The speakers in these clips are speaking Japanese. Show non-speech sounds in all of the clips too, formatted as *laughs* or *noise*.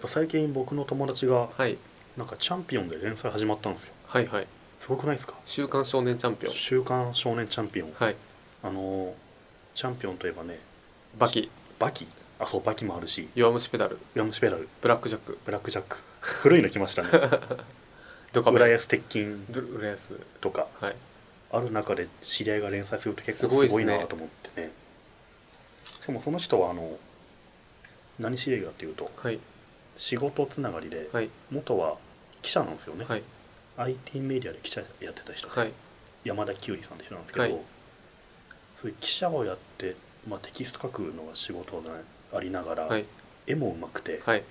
ぱ最近僕の友達がはいなんかチャンピオンで連載始まったんですよはいはいすごくないですか「週刊少年チャンピオン週刊少年チャンピオン」はいあのーチャンピオンといえばね「バキ」バキあそうバキもあるし「弱虫ペダル」ヤムシペダル「ブラックジャックブラックジャック古いの来ました *laughs* ね」 「ドカベン浦安鉄筋ド浦安」とかはいある中で知り合いが連載するって結すご構いっすすごねいなと思ってねしかもその人はあの何知り合いかっていうとはい仕事つながりではい元は記者なんですよね、はい IT メディアで記者やってた人で、はい山田久里さんって人なんですけど、はいそういう記者をやって、まあ、テキスト書くのが仕事でありながら、はい絵もうまくて、はい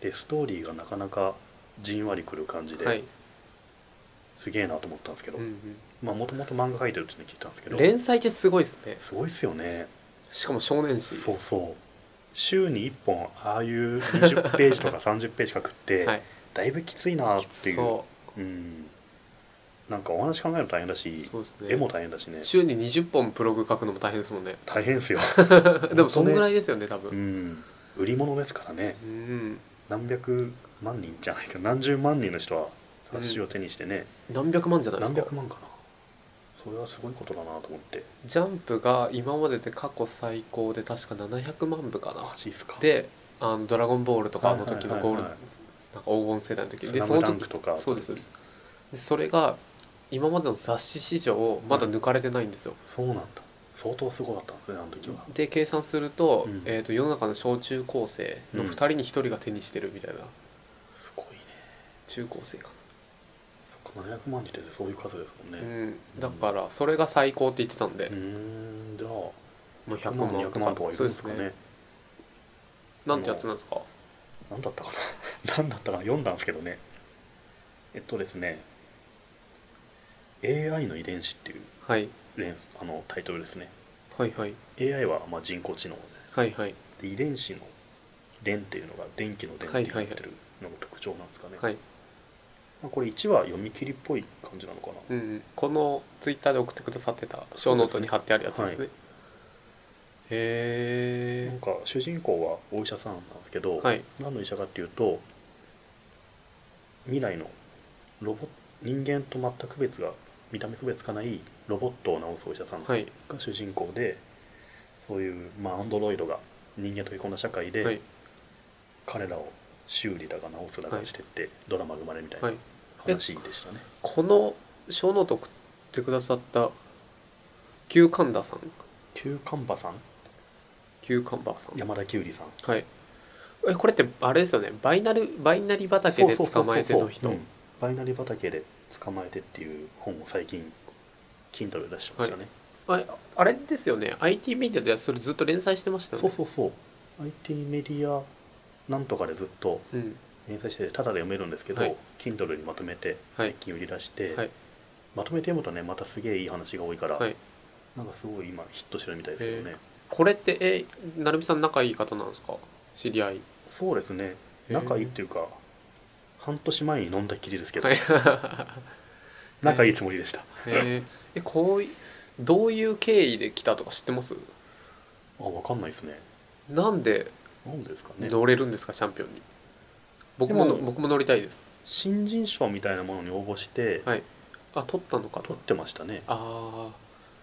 でストーリーがなかなかじんわりくる感じで、はいすげえなと思ったんですけどうんうんまあもともと漫画描いてるっていうの聞いたんですけど連載ってすごいですねすごいっすよねしかも少年誌そうそう週に1本ああいう20ページとか30ページ書くって、 *laughs* はいだいぶきついなっきてついう、そうん、なんかお話考えるの大変だうし、そうです絵もね大変だしね週に20本ブログ書くのも大変ですもんね大変ですよ *laughs* でもそんぐらい、いですよね多う分ん、売り物ですからねうん何百万人じゃないけど何十万人の人は冊子を手にしてね、何百万じゃない何です百か万かなそれはすごいことだなと思ってジャンプが今までで過去最高で確か700万部かなマジっすかであの「ドラゴンボール」とかの時のはゴールいはいはいはないんか黄金世代の時でスそラムのダン時クとかそうですそうですでそれが今までの雑誌史上まだ抜かれてないんですよ、そうなんだ相当すごかったんですねあの時はで計算すると,、うんえー、と世の中の小中高生の2人に1人が手にしてるみたいな、すごいね中高生かそっか700万人ってそういう数ですもんな、ねうん、だからそれが最高って言ってたんで、うーんじゃあもう100 100万万200万とかいるそんでうですすかねねなんてやつなんですか何だったかな *laughs* 何だったかな読んだんですけどねえっとですね AI の遺伝子っていうはい連載あのタイトルですねはいはい AI はまあ人工知能はいはいで遺伝子の電っていうのが電気の電って言ってるのが特徴なんですかね、はい、まあ、これ1話読み切りっぽい感じなのかな、うんうん、このツイッターで送ってくださってた小ノートに貼ってあるやつですねそうでなへんか主人公はお医者さんなんですけど、えはい何の医者かっていうと未来のロボ人間と全く区別が見た目区別つかないロボットを治すお医者さんがはい主人公で、そういうまあアンドロイドが人間というこんな社会で、はい彼らを修理だが直すだがしてって、ドラマが生まれるみたいはない話でしたね、この小ノート送ってくださった旧神田さんキューカンバさん旧神田さん山田キュウリさんはいえこれってあれですよねバイナルバイナリ畑で捕まえてのう人んバイナリ畑で捕まえてっていう本を最近 Kindle で出してましたね、ああれですよね IT メディアでそれずっと連載してましたよそうねそうそう IT メディアなんとかでずっとう、ん、連載しててただで読めるんですけど、はい Kindle にまとめてはい最近売り出して、はいまとめて読むとねまたすげえいい話が多いから、はいなんかすごい今ヒットしてるみたいですけどね、これってえなるみさん仲いい方なんですか知り合いそうですねへー仲いいっていうか半年前に飲んだっきりですけど、はい *laughs* 仲いいつもりでした、ええこういどういう経緯で来たとか知ってますあ分かんないですねなんでなんですかね乗れるんですか、チャンピオンに僕もでも僕も乗りたいです新人賞みたいなものに応募して、はいあ取ったのかと取ってましたねあ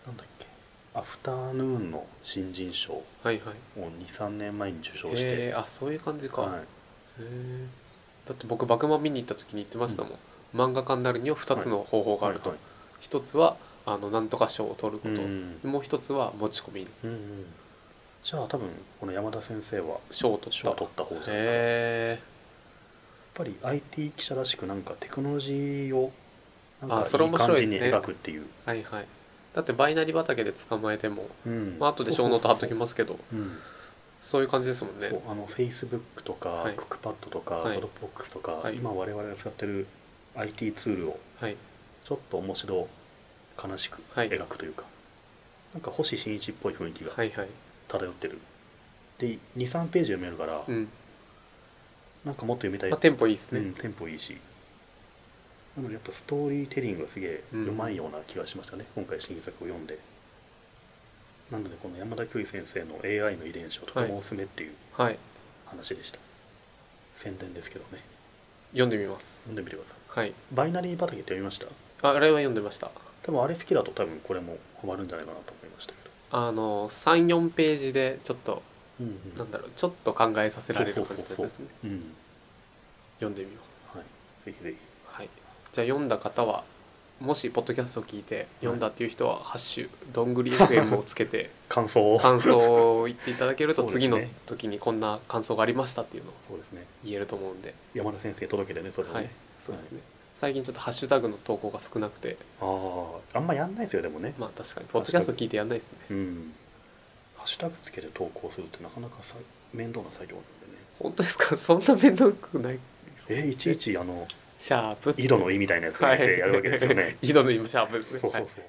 なんだっけアフターヌーンの新人賞をあはいはい23年前に受賞して、えー、あそういう感じか、はへい、えだって僕バクマン見に行った時に言ってましたもん、漫画家になるには2つの方法があると、はい一つはあのなんとか賞を取るこうと、んもう一つは持ち込みうんうんじゃあ多分この山田先生は賞を取った賞を取った方じゃないですかやっへえぱり IT 記者らしくなんかテクノロジーをなんあかそれいい面白感いでじすねに描くっていう、はいはいだってバイナリ畑で捕まえても、うんまあ後で小ノート貼っときますけどすうんそういう感じですもんねそうあの Facebook とか、はいクックパッドとか、はい Dropbox とか、はい今我々が使ってる IT ツールをはいちょっと面白悲しくはい描くというか、なんか星新一っぽい雰囲気がはいはい漂ってる、で23ページ読めるから、うんなんかもっと読みたい、まあテンポいいですうねん、テンポいいしなのでやっぱストーリーテリングがすげえううんまいような気がしましたね、今回新作を読んでなのでこの山田久依先生の AI の遺伝子をとてもおすすめっていうはい話でした、宣伝ですけどね読んでみます読んでみてくださいはいバイナリー畑って読みましたああれは読んでましたでもあれ好きだと多分これもハマるんじゃないかなと思いましたけどあの34ページでちょっとうんうんなんだろうちょっと考えさせられる感じのやつですねそうそうそううん読んでみますはいぜひぜひはい、じゃあ読んだ方はもしポッドキャストを聞いて読んだっていう人は「ハッシュどんぐり FM」をつ *laughs* けて感想を感想を言っていただけるとそうですね次の時にこんな感想がありましたっていうのをそうですね言えると思うんで、山田先生届けてねそれをね、はいそうですね最近ちょっとハッシュタグの投稿が少なくてあああんまやんないですよでもね、まあ確かにポッドキャスト聞いてやんないですねうんハッシュタグつけて投稿するってなかなかさ面倒な作業なんでね本当ですかそんな面倒くないですえいちいちあのシャープ井戸の「井」みたいなやつを入れてやるわけですよね、 *laughs* 井戸の今シャープですねそうそはいうそう